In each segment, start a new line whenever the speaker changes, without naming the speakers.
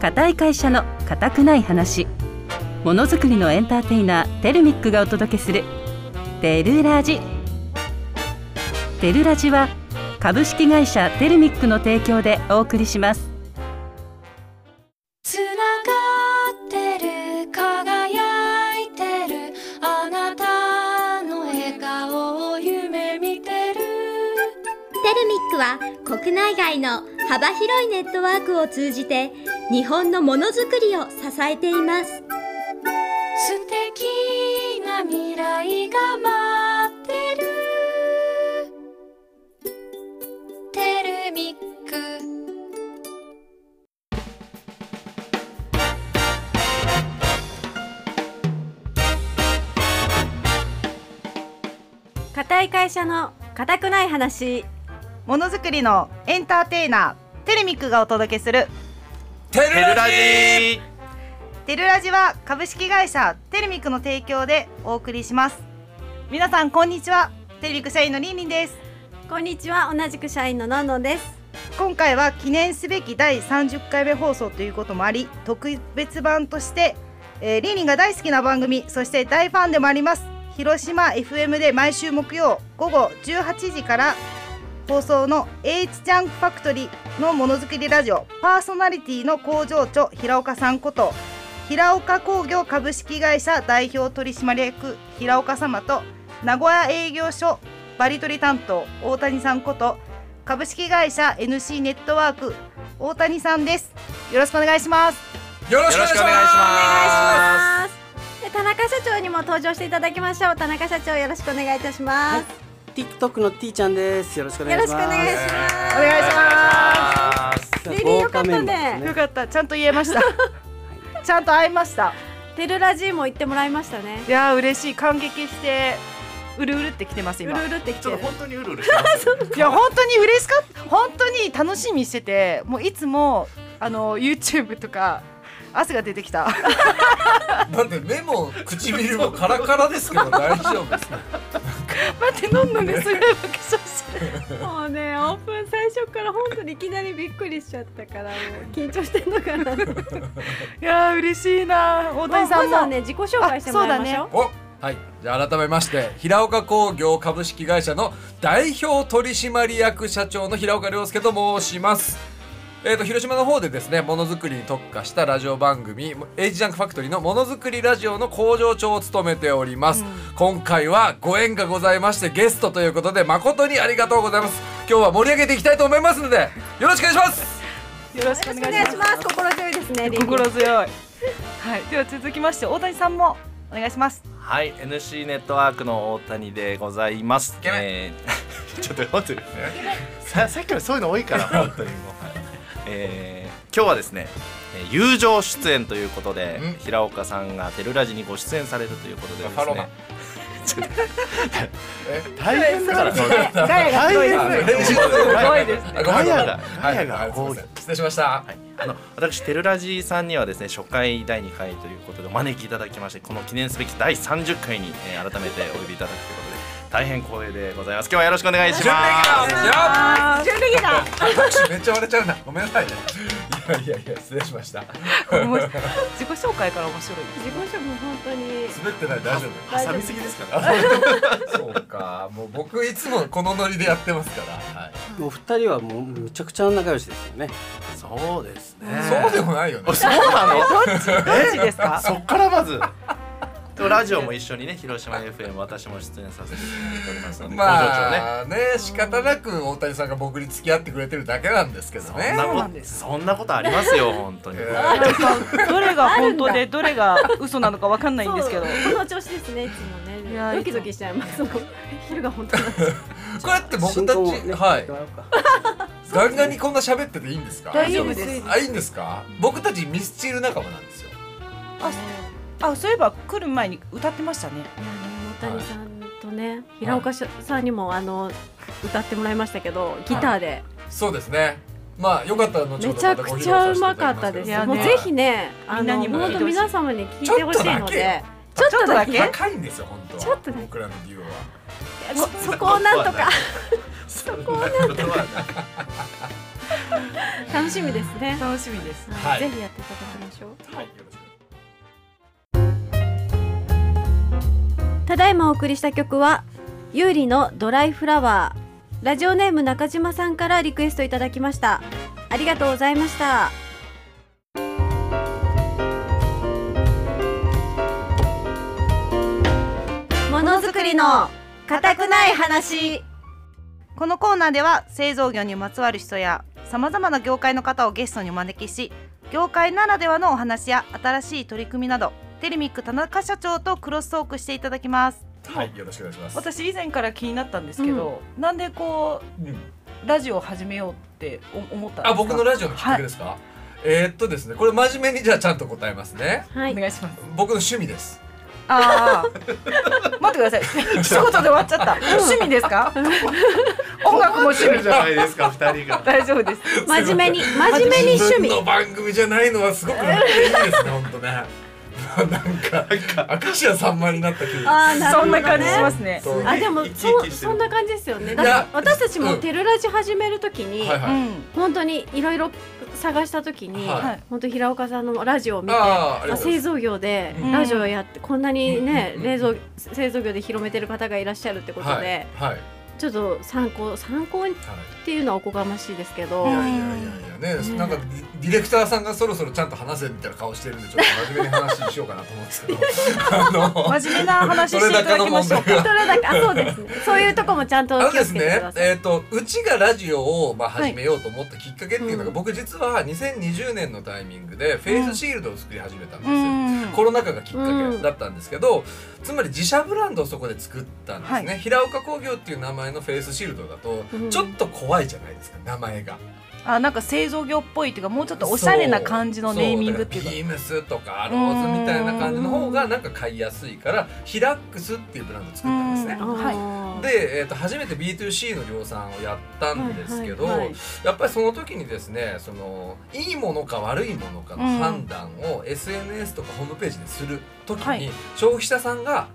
固い会社の固くない話ものづくりのエンターテイナーテルミックがお届けする「テルラジ」テルラジは株式会社テルミックの提供でお送りします
つながってる輝いてるあなたの笑顔を夢見てる
テルミックは国内外の幅広いネットワークを通じて日本のものづくりを支えています
素敵な未来が待ってるテルミック
固い会社の固くない話
ものづくりのエンターテイナーテルミックがお届けする
テル
テル
ラ
ラ
ジ
ジー
テルラジは株式会社テルミックの提供でお送りします皆さんこんにちはテルミック社員のりんりんです
こんにちは同じく社員ののんのんです
今回は記念すべき第30回目放送ということもあり特別版として、えー、リンリンが大好きな番組そして大ファンでもあります広島 FM で毎週木曜午後18時から放送の H ジャンクファクトリーのものづくりラジオパーソナリティの工場長平岡さんこと平岡工業株式会社代表取締役平岡様と名古屋営業所バリ取り担当大谷さんこと株式会社 NC ネットワーク大谷さんですよろしくお願いします
よろしくお願いし
よろしくお願いし
ま
で田中社長にも登場していただきましょう田中社長よろしくお願いいたします、
TikTok の T ちゃんです。よろしくお
よ
願い
ろし
し
くお
ます。
願いし
お願いします
リリーよかった
豪
ね
華メンバーです
よかったちゃんと言えま したちゃんと会えました
すテルラジーも言ってもらいましたね
いやー嬉しい感激してうるうるってきてます
う
今
るうるってき
ち
て
ょっ
る
と本当にうるうるしてますよ
いや本当に嬉しかった本当に楽しみにしててもういつもあの YouTube とか汗が出てきた
すなんで目も唇もカラカラですけど大丈夫ですか
待って飲んのがすごい爆笑してる
もうねオープン最初から本当にいきなりびっくりしちゃったからもう緊張してんのかな
いやー嬉しいな大
ま
谷
ず
さん
は
も、
ね自己紹介してもらいましょう
おはいじゃあ改めまして平岡工業株式会社の代表取締役社長の平岡亮介と申しますえー、と広島の方でですねものづくりに特化したラジオ番組「エイジジャンクファクトリー」のものづくりラジオの工場長を務めております、今回はご縁がございましてゲストということで誠にありがとうございます今日は盛り上げていきたいと思いますのでよろしくお願いします
よろしくお
お
願
願
い
い
し
し
ま
ますす心強いですねリリー
心強いはいでは続きまして大谷さんもお願いします
はい、NC ネットワークの大谷でございます。
ケ
えー ちょっと待って、ささっきからそういうの多 いから本当にもう、はいえー今日はですね、えー友情出演ということで
うん
平岡さんがテルラジにご出演されるということでです
バファロー
ね
マ。
ちょっと大変だからそれ
ガヤがすごいです
大変
練習するの
ごいです
あごめんごめん
ガヤが
はい
ガヤが多
はすま
い
せん失礼しました
はい、あの私テルラジさんにはですね初回第2回ということでお招きいただきましてこの記念すべき第30回に、えー改めてお呼びいただくということで大変光栄でございます今日はよろしくお願いします
や
準レギュ
っ
ラー
めっちゃ割れちゃうなごめんなさいねいやいやいや失礼しました
面白い自己紹介から面 白い
自己紹介も本当に
滑ってない大丈夫
挟みすぎですからね
そうかもう僕いつもこのノリでやってますから、はい、
お二人はもうむちゃくちゃ仲良しですよね。
そうですね
そうでもないよね
あそうなの
どっちです か
そっからまずとラジオも一緒にね広島 FM 私も出演させていただいておりますので、工場長ね
まあね仕方なく大谷さんが僕に付き合ってくれてるだけなんですけど
そん
ね
な
そう
こ
なんです
そんなことありますよ本当に、
え
大
ー
谷さんどれが本当でどれが嘘なのかわかんないんですけど
そうこの調子ですねいつも
いや
ねドキドキしちゃいますもう昼が本当に
こうやって僕
進
たち、
行をね
はい
やってもらおうか
ガンガンにこんな喋ってていいんですか
大丈夫です
あいいんですか僕たちミスチル仲間なんですよ
あそういえば来る前に歌ってましたね
いやね大谷さんとね平岡さんにもあの歌ってもらいましたけどギターで
そうですねまあよかったら後ほど
め
ま
ちゃ
たご
く
披露
ちゃ
さ
う
せて
ま
い
か
だきす
った
けど
です
いや
もう
ね
ぜひねあ
みんな
の
にも
本当皆様に聞いてほしいのでち
ち
ょ
ょ
っ
っ
と
と
だ
だ
け
け
いや
高いんですよ本当は
ちょっとだけ
僕らのデュオは
こ そこをなんとか
そんなことはない
楽しみですね。
楽しみです
はい
ぜひやっていただきましょう。
はい、よろしく。
ただいまお送りした曲はユーリのドライフラワーラジオネーム中島さんからリクエストいただきましたありがとうございましたものづくりの固くない話
このコーナーでは製造業にまつわる人やさまざまな業界の方をゲストにお招きし業界ならではのお話や新しい取り組みなどテレミック田中社長とクロストークしていただきます
はい、よろしくお願いします。
私以前から気になったんですけど、なんでこ
うん
うラジオを始めようってお思ったんですか
あ、僕のラジオのきっかけですか。えーっとですね、これ真面目にじゃあちゃんと答えますね。
は
お
い
願いします
僕の趣味です。
ああ待ってくだ さい仕事で終わっちゃった趣味ですか音楽も趣味
じゃないですか二人が。
大丈夫です
真面目に真面目に趣
自分
味
の番組じゃないのはすごく楽でいいですね、本当 ね。なんか、明石家さんまになった気分。
あーなる
そ
ほ
ん
どね
な感じしますね
そう
あでも
生き生
そ
きしてる
そんな感じですよねだ
い
っ
や
て私たち
う
も
ん
テルラジ始めるときに、
はいはい。
本当にいろいろ探したときに、
はい
本当平岡さんのラジオを見て
あーありがとうござい
あ
ます
製造業で
うん
ラジオやってこんなにね、
うん
冷蔵製造業で広めてる方がいらっしゃるってことで、
はい。はい。
ちょっと参考参考にっていうのはおこがましいですけど、
いやいやいやいやね、なんかディディレクターさんがそろそろちゃんと話せみたいな顔してるんでちょっと真面目に話しようかなと思うんです けどあの
真面目な話していただきましょう
それだけの問題
か
が
それだけあそ うですねそういうとこもちゃんと
あの
気を
で
つ
す
けてく
ね
だ、さい。
えっ、とうちがラジオをまあ始めようと思ったきっかけっていうのが、
うん
僕実は2020年のタイミングでフェイスシールドを作り始めたんです
う
よ。
ん
コロナ禍がきっかけだったんですけど、つまり自社ブランドをそこで作ったんですね、
は
平岡工業っていう名前のフェイスシールドだと
うん
ちょっと怖いじゃないですか名前が
あなんか製造業っぽいというかもうちょっとおしゃれな感じのネーミングっていうか
そうだからビームスとかローズみたいな感じの方がなんか買いやすいからヒラックスっていうブランド作ったんですね
あー
で、えー、と初めて B2C の量産をやったんですけど、
はいはいはい
やっぱりその時にですねそのいいものか悪いものかの判断を SNS とかホームページでする時に、
はい
消費者さんが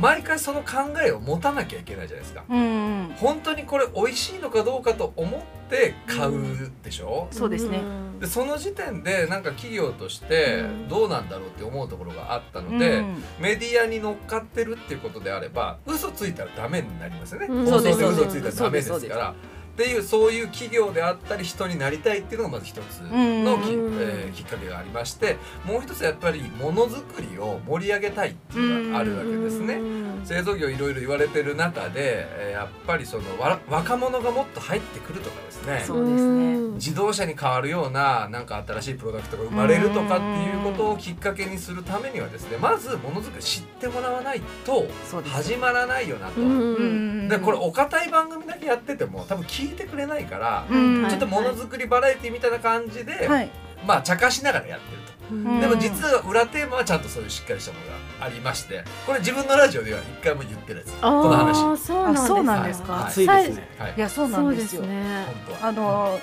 毎回その考えを持たなきゃいけないじゃないですか。
うん
本当にこれ美味しいのかどうかと思って買うでしょ、
そうですね
ん
でその時点でなんか企業として
うん
どうなんだろうって思うところがあったので、
うん
メディアに乗っかってるっていうことであれば嘘ついたらダメになりますよね、
うん
放送で
そうです
嘘ついたらダメです
そう
か
です
らっていうそういう企業であったり人になりたいっていうのがまず一つのき,、
うん
えーきっかけがありましてもう一つやっぱりものづくりを盛り上げたいっていうのがあるわけですね。
うん
製造業いろいろ言われてる中で、えーやっぱりそのわ若者がもっと入ってくるとかですね
そうですね
うん
自動車に変わるようななんか新しいプロダクトが生まれるとかっていうことをきっかけにするためにはですねまずものづくり知ってもらわないと
そうです
始まらないよなと。
うん
ん
でこれお堅い番組だけやってても多分聞いてくれないから、
うん
はい
ちょっとものづくりバラエティみたいな感じで、
はい
まあ茶化しながらやってると。
うん
でも実は裏テーマはちゃんとそういうしっかりしたものがありましてこれ自分のラジオでは一回も言ってるやつこの話
あーそうなんで
あ
すね
そうなんですか
暑いですね。
はい
いやそうな
そ
ん
う
で
ですす
よ
ね
本当は
あの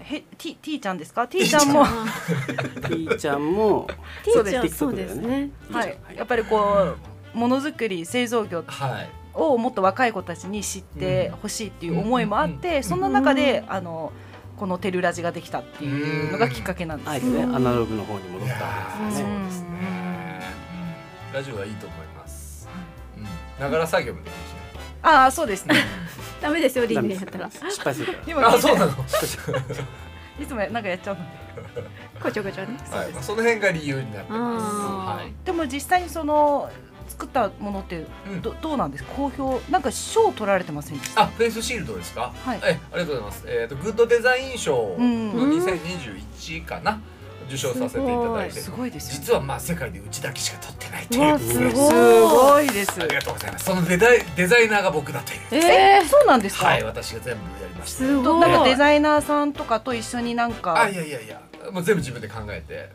へ T T ちゃんですか T ちゃんもは
ティーちゃんも、
ティーチャーそ
そうう
で
ですす
ね。
いやっぱりこうものづくり製造業
はい
をもっと若い子たちに知ってほしいっていう思いもあっ
うんう
て
ん
そんな中であのこの「テルラジ」ができたっていうのがきっかけなんです
あえ
よ
てね、アナログの方に戻ったんですね。
うん
うんラジオはいいと思いますうんながら作業もできるしね
ああそうですね
ダメですよ、リ
ダ
ン
メ
リ
で
ン
す
やったら。
失敗するから。
でも
あそう なの
いつもなんかやっちゃうので
こちょこちょね。
はいまあその辺が理由になってますは
あ
い
でも実際にその作ったものって
うん
どどうなんですか好評なんか賞取られてませんでした
あフェイスシールドですか
はい
えありがとうございますえっとグッドデザイン賞
う
の
ん
2021かな受賞させていただいて
すごいですよね
実はまあ世界でうちだけしか取ってないと
う
い
わ、
う
すごい。
すごいです
ありがとうございますそのデザイデザイナーが僕だという
えー、
そうなんですか、
はい私が全部やりました
す
と
ごい。
なんかデザイナーさんとかと一緒になん
あ
か
いやいやいやもう全部自分で考えて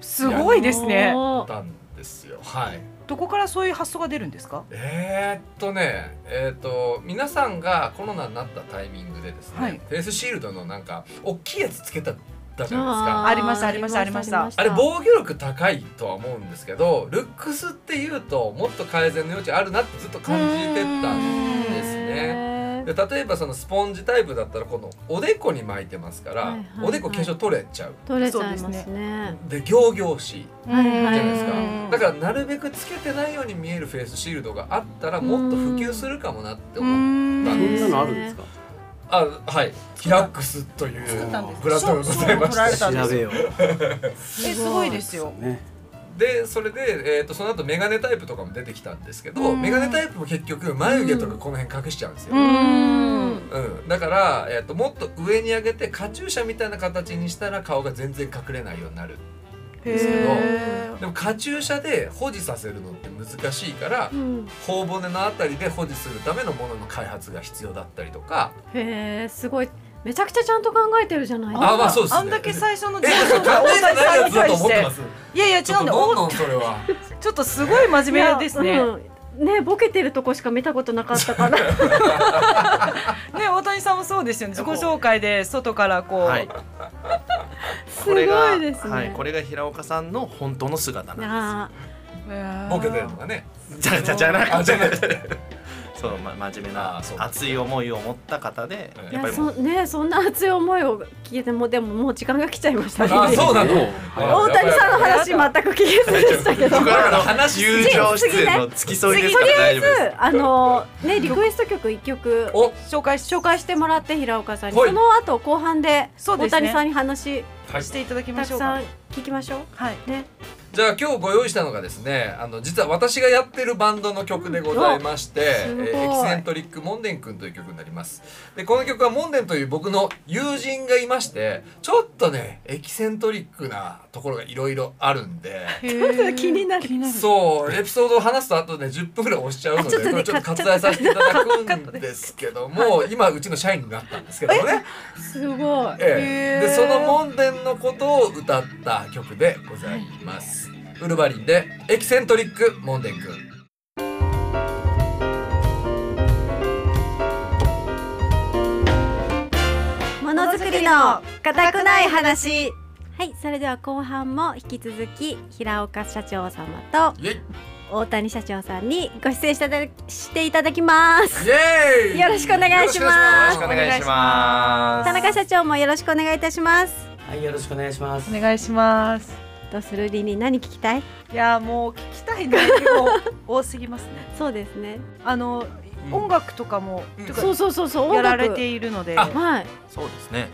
すごいですね
やったんですよはい
どこからそういう発想が出るんですか
えー、っとねえーっと皆さんがコロナになったタイミングでですね、
はい
フェイスシールドのなんか大きいやつつけたじゃないです
あー
か
ありましたありましたありました
あれ防御力高いとは思うんですけどルックスっていうともっと改善の余地あるなってずっと感じてたんですね。で例えばそのスポンジタイプだったらこのおでこに巻いてますから、
はいはいはい
おでこ化粧取れちゃう
取れちゃい
そ
ま
うですす
ね。
で仰々しい
はいは
じ
い
ゃないですか
うん
だからなるべくつけてないように見えるフェイスシールドがあったらもっと普及するかもなって
う
思う
そ
ん
んなのあるんですか
あはいキラックスという
たんです
ブランドがございまし
そう
て
そう
調べよう
えすごいですよ。
ね
でそれで、えー、とその後メガネタイプとかも出てきたんですけど、
うん
メガネタイプも結局眉毛とかこの辺隠しちゃうんですよ、
うん
うん、だから、えー、ともっと上に上げてカチューシャみたいな形にしたら顔が全然隠れないようになる
へ
え
え。
でもカチューシャで保持させるのって難しいから
うん
頬骨のあたりで保持するためのものの開発が必要だったりとか
へえすごいめちゃくちゃちゃんと考えてるじゃないです
あ
か。
まあそうですね
あんだけ最初の
え
情報
考
が大
えて
谷
ない
さん
や
に
つだ
対
と思
し
って
て
ます
いやいや違
ちょ
う
っと
んだ
どん
よ
どんそれは
おちょっとすごい真
いや
面目ですね、
うんねボケてるとこしか見たことなかったから。
ね大谷さんもそうですよね自己紹介で外からこう、
はい、
す
こ
ご
れが
いですね。
はい、これが平岡さんの本当の姿な
あ
ん
ボケてるのがね
です。じゃじゃじゃ
あ
なく
じゃ
て、
なくて
そう、ま、真面目な
あそう
熱い思いを持った方で
うん、
ーい
やっ
や
ぱり
そ
もう
うねそんな熱い思いを聞いてもでももう時間が来ちゃいましたね。
あそうなの
は
大谷さんの話全く聞けずでしたけど。
僕らの話友情
次
出演の付き添いですから大丈夫です。
あのねリクエスト曲一曲
お
紹介し
紹介してもらって平岡さんに、
はい
その後後半で
そう
大
ですね
谷さんに話
はい
していただきま
た
しょう
く
か
さん聞きましょう。
はい
ね、
じゃあ今日ご用意したのがですねあの実は私がやってるバンドの曲でございまして、
うんお
え
すご
ーエ
い
キセントリックモンデン君という曲になりますでこの曲はモンデンという僕の友人がいましてちょっとねエキセントリックなところがいろいろあるんで
気になる。
そうエピソードを話すとあとね10分ぐらい押しちゃうので
あちょっとね
これちょっと割愛させていただくんですけども今うちの社員になったんですけどもね、
すごい。
ええ
へー
でそのモンデンのことを歌った曲でございます、ウルヴァリンでエキセントリックモンデン君
ものづくりの固くない話。はい、それでは後半も引き続き平岡社長様と
イエイイ
大谷社長さんにご出演しただしていただきます。
エーイ
よろしくお願いし
よ
ま
ろ
す
しくお願いしま
田中社長もよろしくお願いいたします。
いよろしくお願いします
お願いします
どうするリリー何聞きたい？
いやもう聞きたい内容多すぎますね
そうですね。
あの、
うん
音楽とかも、
うん
とか
そうそうそうそう。
やられているので
あ
はい。
す。そうですね。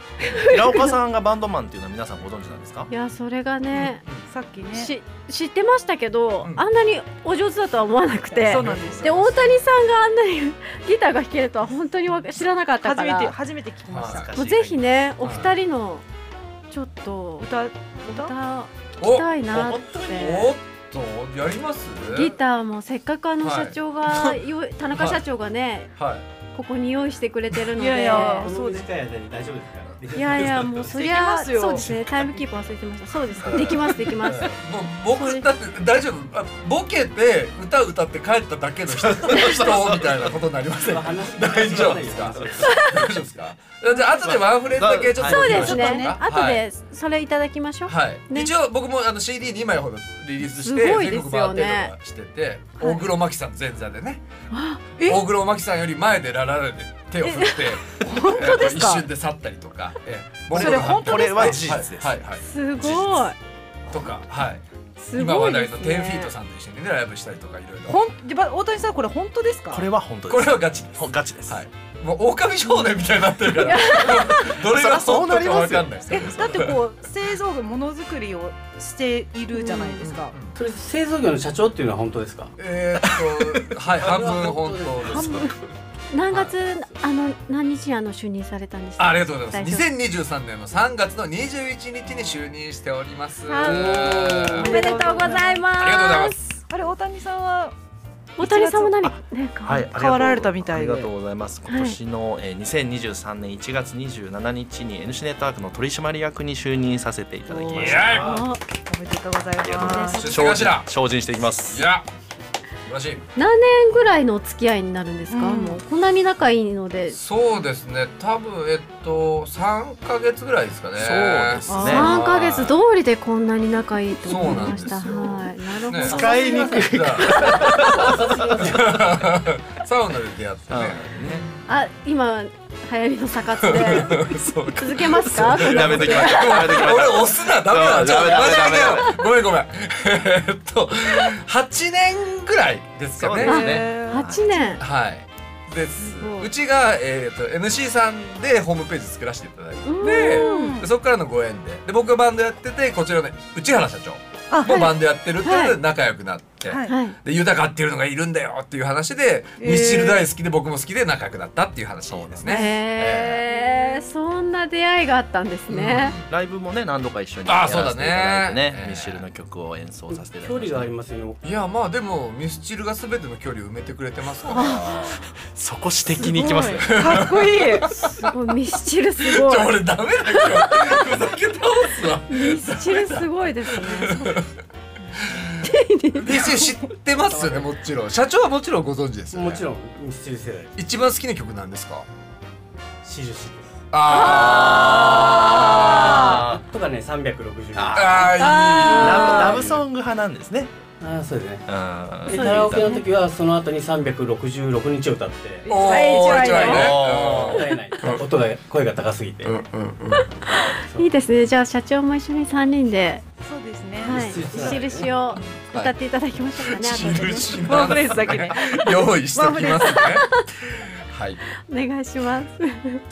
平岡さんがバンドマンっていうのは皆さんご存知なんですか
い？やそれがね、
さっきね
し知ってましたけど、
うん
あんなにお上手だとは思わなくて
そうなんです
で
よ
大谷さんがあんなにギターが弾けるとは本当にわか知らなかっ
初
たか
めて
ら
初めて聞きまし
は
た
い
もうぜひ。ね
は
お
い
二人のちょっと
歌歌
歌
お
聞きたいなっ
お
て
っとやります
ギターもせっかくあの
はい
社長がよ、田中社長がね
はい
ここに用意してくれてるので
いやいや
そうですか大丈夫ですか
いやい やもうそりゃ
できますよ
そうですねタイムキープ忘れてましたそう ですできますできます
もう僕だって大丈夫あボケて歌歌って帰っただけの人人みたいなことになりません大丈夫ですか丈夫ですかじゃあ後でワンフレーズだけちょっと
そう
聞き
で
ましょ
す
う
ね
か
後でそれいただきましょう
はい、
ね
一応僕もあの CD2 枚ほどリリースして
すごい
全
です
国回
よ
ってる
ね
とかしてて大黒摩季さん前座でね
え
大黒摩季さんより前でラララで手を振って本当です
か
一瞬で去ったりとか、ええ
それ本
当ですかこれは事実です
はいはいはい
すごい
とかはい
すごいで
今話題
すね
の10フィートさんと一緒にねライブしたりとかいろいろ
ほんでば大谷さんこれ本当ですか
これは本当です。
これはガチです
ほガチです。
はいもう狼少年みたいになってるからどれが本当かわかんないですけ
え
ど
だってこう製造業ものづくりをしているじゃないですか、
それ製造業の社長っていうのは本当ですか
えーっとはい半分本当です
何月、あの何日あの就任されたんですか
ありがとうございます。
大丈
2023年の3月の21日に就任しております。
はい
あ
夫おめでとうございます
りがとうございます。
あれ大谷さんは
大谷さんも何ね
はい、ありがとう
変わられたみたいで
ありがとうございます。今年の、えー2023年1月27日に N シネットワークの取締役に就任させていただきました。
い
あ
おめでとうござい
りがとうござい
ま
ます
出世
精進
頭。
精進していきま
い
す。
や、素晴らしい。
何年ぐらいのお付き合いになるんですか、
うん
もうこんなに仲いいので
そうですね。多分えっと3ヶ月ぐらいですかね。
そうですね
三ヶ月通りでこんなに仲いいと思いました
そうな
はいなるほど、
ね
使いにくい
サウナで出会ってね。
はいね
あ今流行りのサ活で
そうか
続けますか
やめときま しょうやめときまし
俺
ょう
押すなダメだ
そう
ちょっと真
ダメダ
面
メ
目だよごめんごめんえーっと8年ぐらいです
そ
か
うで
ね
す
へ
ね
ー
8年
はいです
すごいう
ちが、えーっと NC さんでホームページ作らせていただいて
うん
でそこからのご縁でで僕がバンドやっててこちらの内原社長
あ
も
は
バンドやってるっていうので仲良くなって、
はい
はい
で豊かっていうのがいるんだよっていう話で、
えー
ミスチル大好きで僕も好きで仲良くなったっていう話ですね。
へえそんな出会いがあったんですね、
ライブもね何度か一緒に
あ
や
ー
らせてい
そうだ
ただいて
ね
ねミシルの曲を演奏させていた
距
だき
離があり
まし
ますよね
いやまあでもミスチルが全ての距離を埋めてくれてます からじ
たそこ指摘に行きますね
す
かっこいい。
ごい ミスチルすごい
ゃあ俺ダメだけどふざけ倒 すわ
ミスチルすごいですね
ミスチル知ってますよねもちろん社長はもちろんご存知ですよね
もちろんミスチル世代
一番好きな曲なんですか
四十です
あ
とかね360
ー
あ
あ
ラ
ー
ブラブソング派なんですね
あーそうですね
うん
でカラオケの時はその後に366日を歌って
いいおー一番いいね
歌 えない音が声が高すぎて、
うんうんうんうん
いいですねじゃあ社長も一緒に3人で、
そうですね。
はい、
ミス
ミ
チ
シ
ル
ルシを 歌っていただきましょうかね、後でね
印
ワ
な
ンフレーズだけね。
用意しておきますねはい
お願いします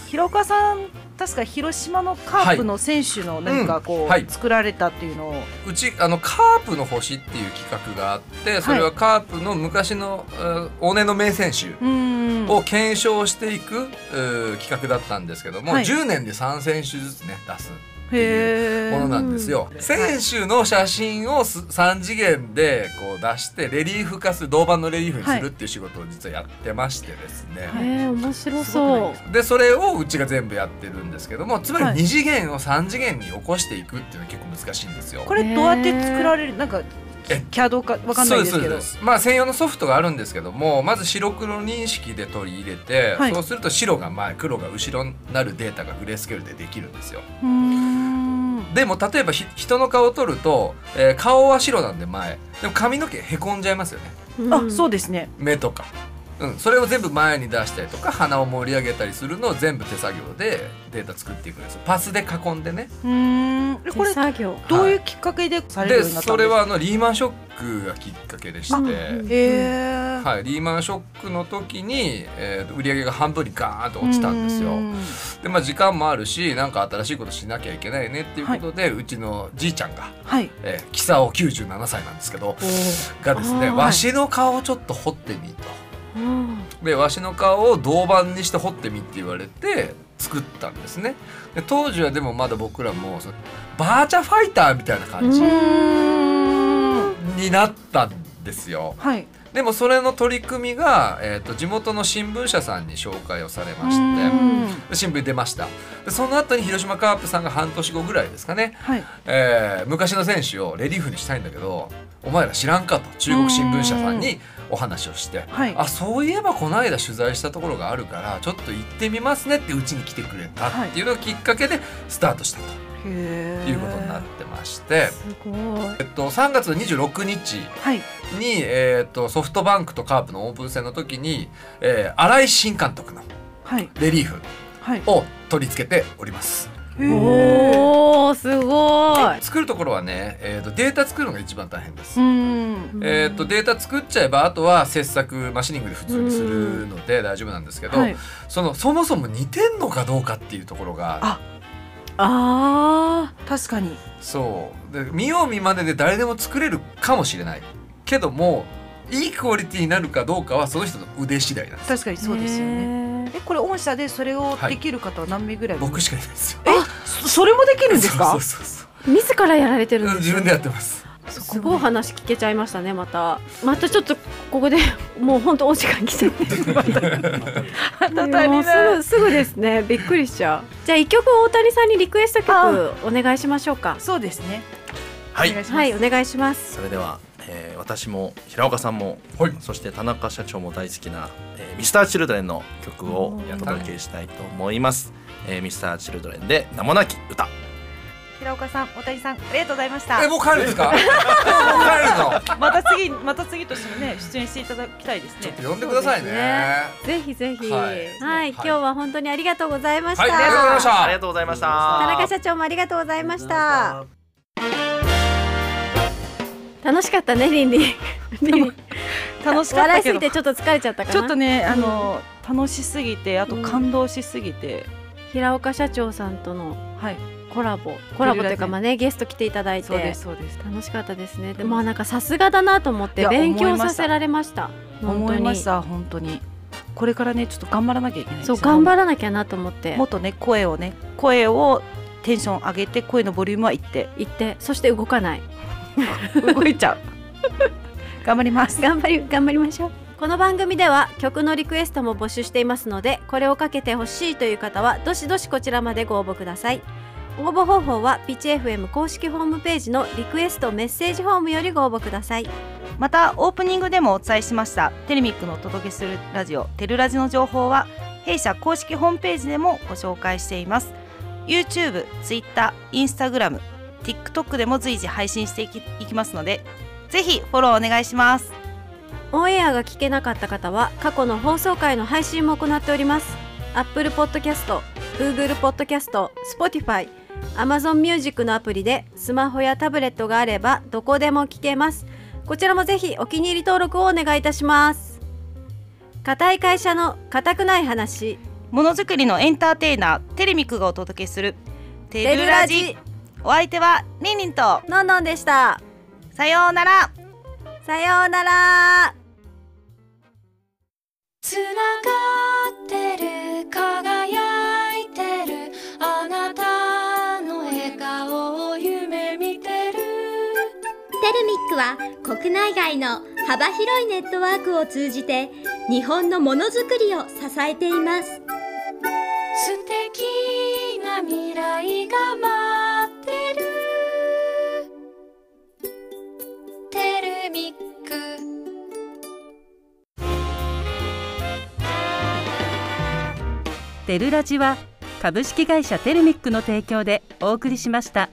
広岡さん確か広島のカープの選手の何かこう、
うんはい
作られたっていうのを、
うちあのカープの星っていう企画があってそれはカープの昔のえー往年の名選手
うーん
を検証していくえー企画だったんですけども、
はい
10年で3選手ずつね出す
へ
もの
ー
なんですよ。選手の写真をす3次元でこう出してレリーフ化する銅板のレリーフにするっていう仕事を実はやってましてですね。
えー、面白
すごくない
そう
です
でそれをうちが全部やってるんですけどもつまり
はい
2次元を3次元に起こしていくっていうのは結構難しいんですよ。
これどうやって作られるなんか
え
キャドかわかんないですけ
そう
ど
ですそうですまあ専用のソフトがあるんですけどもまず白黒認識で取り入れて、
はい
そうすると白が前黒が後ろになるデータがグレースケールでできるんですよ
うーん
でも例えばひ人の顔を取ると、えー顔は白なんで前でも髪の毛へこんじゃいますよね
あそう
う
ですね
目とか、うん、それを全部前に出したりとか鼻を盛り上げたりするのを全部手作業でデータ作っていくんですよパスで囲んでね
うーんえこ
こ
れ
れ作業
どういうきっかけでされる
で
ようになった
そ
んで
れ
すか
はあのリーマンショックがきっかけでして、
あうん
へえ
はい、リーマンショックの時に、えー売り上げが半分にガーンと落ちたんですよ。でまあ時間もあるしなんか新しいことしなきゃいけないねっていうことで、うちのじいちゃんが、
はい
えー、キサオ97歳なんですけど
おー
がですね
あー
わしの顔をちょっと彫ってみと。
うん
でわしの顔を銅板にして彫ってみって言われて作ったんですね。で当時はでもまだ僕らもそのバーチャファイターみたいな感じになったんですよ。
はい
でもそれの取り組みが、えー、と地元の新聞社さんに紹介をされまし
う
て
ん
で新聞出ましたでその後に広島カープさんが半年後ぐらいですかね、
はい
えー昔の選手をレリーフにしたいんだけどお前ら知らんかと中国新聞社さんにお話をして、
はい
あそういえばこの間取材したところがあるからちょっと行ってみますねってうちに来てくれたっていうのがきっかけでスタートしたと
へえ
いうことになってまして、
すごい
えっと、3月の26日
はい
に、えー、とソフトバンクとカープのオープン戦の時に、えー、新井新監督の
はい
レリーフ
はい
を取り付けております
へー
おおすごい
作るところはね、えー、とデータ作るのが一番大変です、
うん
えー、とデータ作っちゃえばあとは切削マシニングで普通にするので大丈夫なんですけど、
はい
そのそもそも似てんのかどうかっていうところが
あ
あ
確かに
そうで見よう見まねで誰でも作れるかもしれないけどもいいクオリティになるかどうかはその人の腕次第なんです
確かに
ー
そうですよね
ね
えこれ御社でそれを
はい
できる方は何名ぐらい、
僕しかいないですよ
そそれもできるんです
そ
か
うそうそうそう
自らやられてるんです
自分でやってます。
すごい話聞けちゃいましたねまたまたちょっとここでもう本当お時間来ちゃって
た
もうすぐすぐですねびっくりしちゃうじゃあ一曲大谷さんにリクエスト曲お願いしましょうか
そうですね
はい
お願いします
はいお願いします
それでは、えー私も平岡さんも、
はい
そして田中社長も大好きな、えー、ミスターチルドレンの曲をお届けしたいと思います、えー、ミスターチルドレンで名もなき歌
平岡さん大谷さんありがとうございました
えもう帰るんですか もう帰るの
また次 また次としてもね出演していただきたいです
ちょっ
ね
と呼んでくださいね
ぜひぜひ。
は
はいい、今日は本当にありがとうございました。
はいありがとうございまし
あり
た
がとうございました
田中社長もありがとうございました。楽しかったね、リンリン。リンリン
楽しかった
笑い
け
すぎ
ど
てちょっと疲れちゃったかな。
ちょっとねあの楽しすぎてあと感動しすぎて
平岡社長さんとの
はい
コラボ、コラボというかまあねゲスト来ていただい
そうで
て
すそうです
楽しかったですね。でもなんかさすがだなと思っ
い
て
や
勉
思
強
いま
さ
した
せられました。本
思
当
いまし
に。
た本当にこれからねちょっと頑張らなきゃいけないんです
そ
よ
う頑張らなきゃなと思って
もっとね声をね声をテンション上げて声のボリュームはいって
行ってそして動かない。
動いち ゃう頑張ります
頑張り頑張りましょうこの番組では曲のリクエストも募集していますのでこれをかけてほしいという方はどしどしこちらまでご応募ください応募方法はピッチ FM 公式ホームページのリクエストメッセージフォームよりご応募ください
またオープニングでもお伝えしましたテレミックのお届けするラジオテルラジの情報は弊社公式ホームページでもご紹介しています YouTube、Twitter、Instagram、TikTok でも随時配信していきいきますのでぜひフォローお願いします
オンエアが聞けなかった方は過去の放送回の配信も行っております Apple Podcast、Google Podcast、Spotify、Amazon Music のアプリでスマホやタブレットがあればどこでも聞けますこちらもぜひお気に入り登録をお願いいたします固い会社の固くない話
ものづくりのエンターテイナーテレミックがお届けするテ
テ
ル
ル
ラ
ラ
ジ
ジ
お相手はリンリンと
のんのんでした
さようなら
さようなら
つながってる輝いてるあなたの笑顔を夢見てる
テルミックは国内外の幅広いネットワークを通じて日本のものづくりを支えています
素敵な未来が待ってるテルミック
テルラジは株式会社テルミックの提供でお送りしました。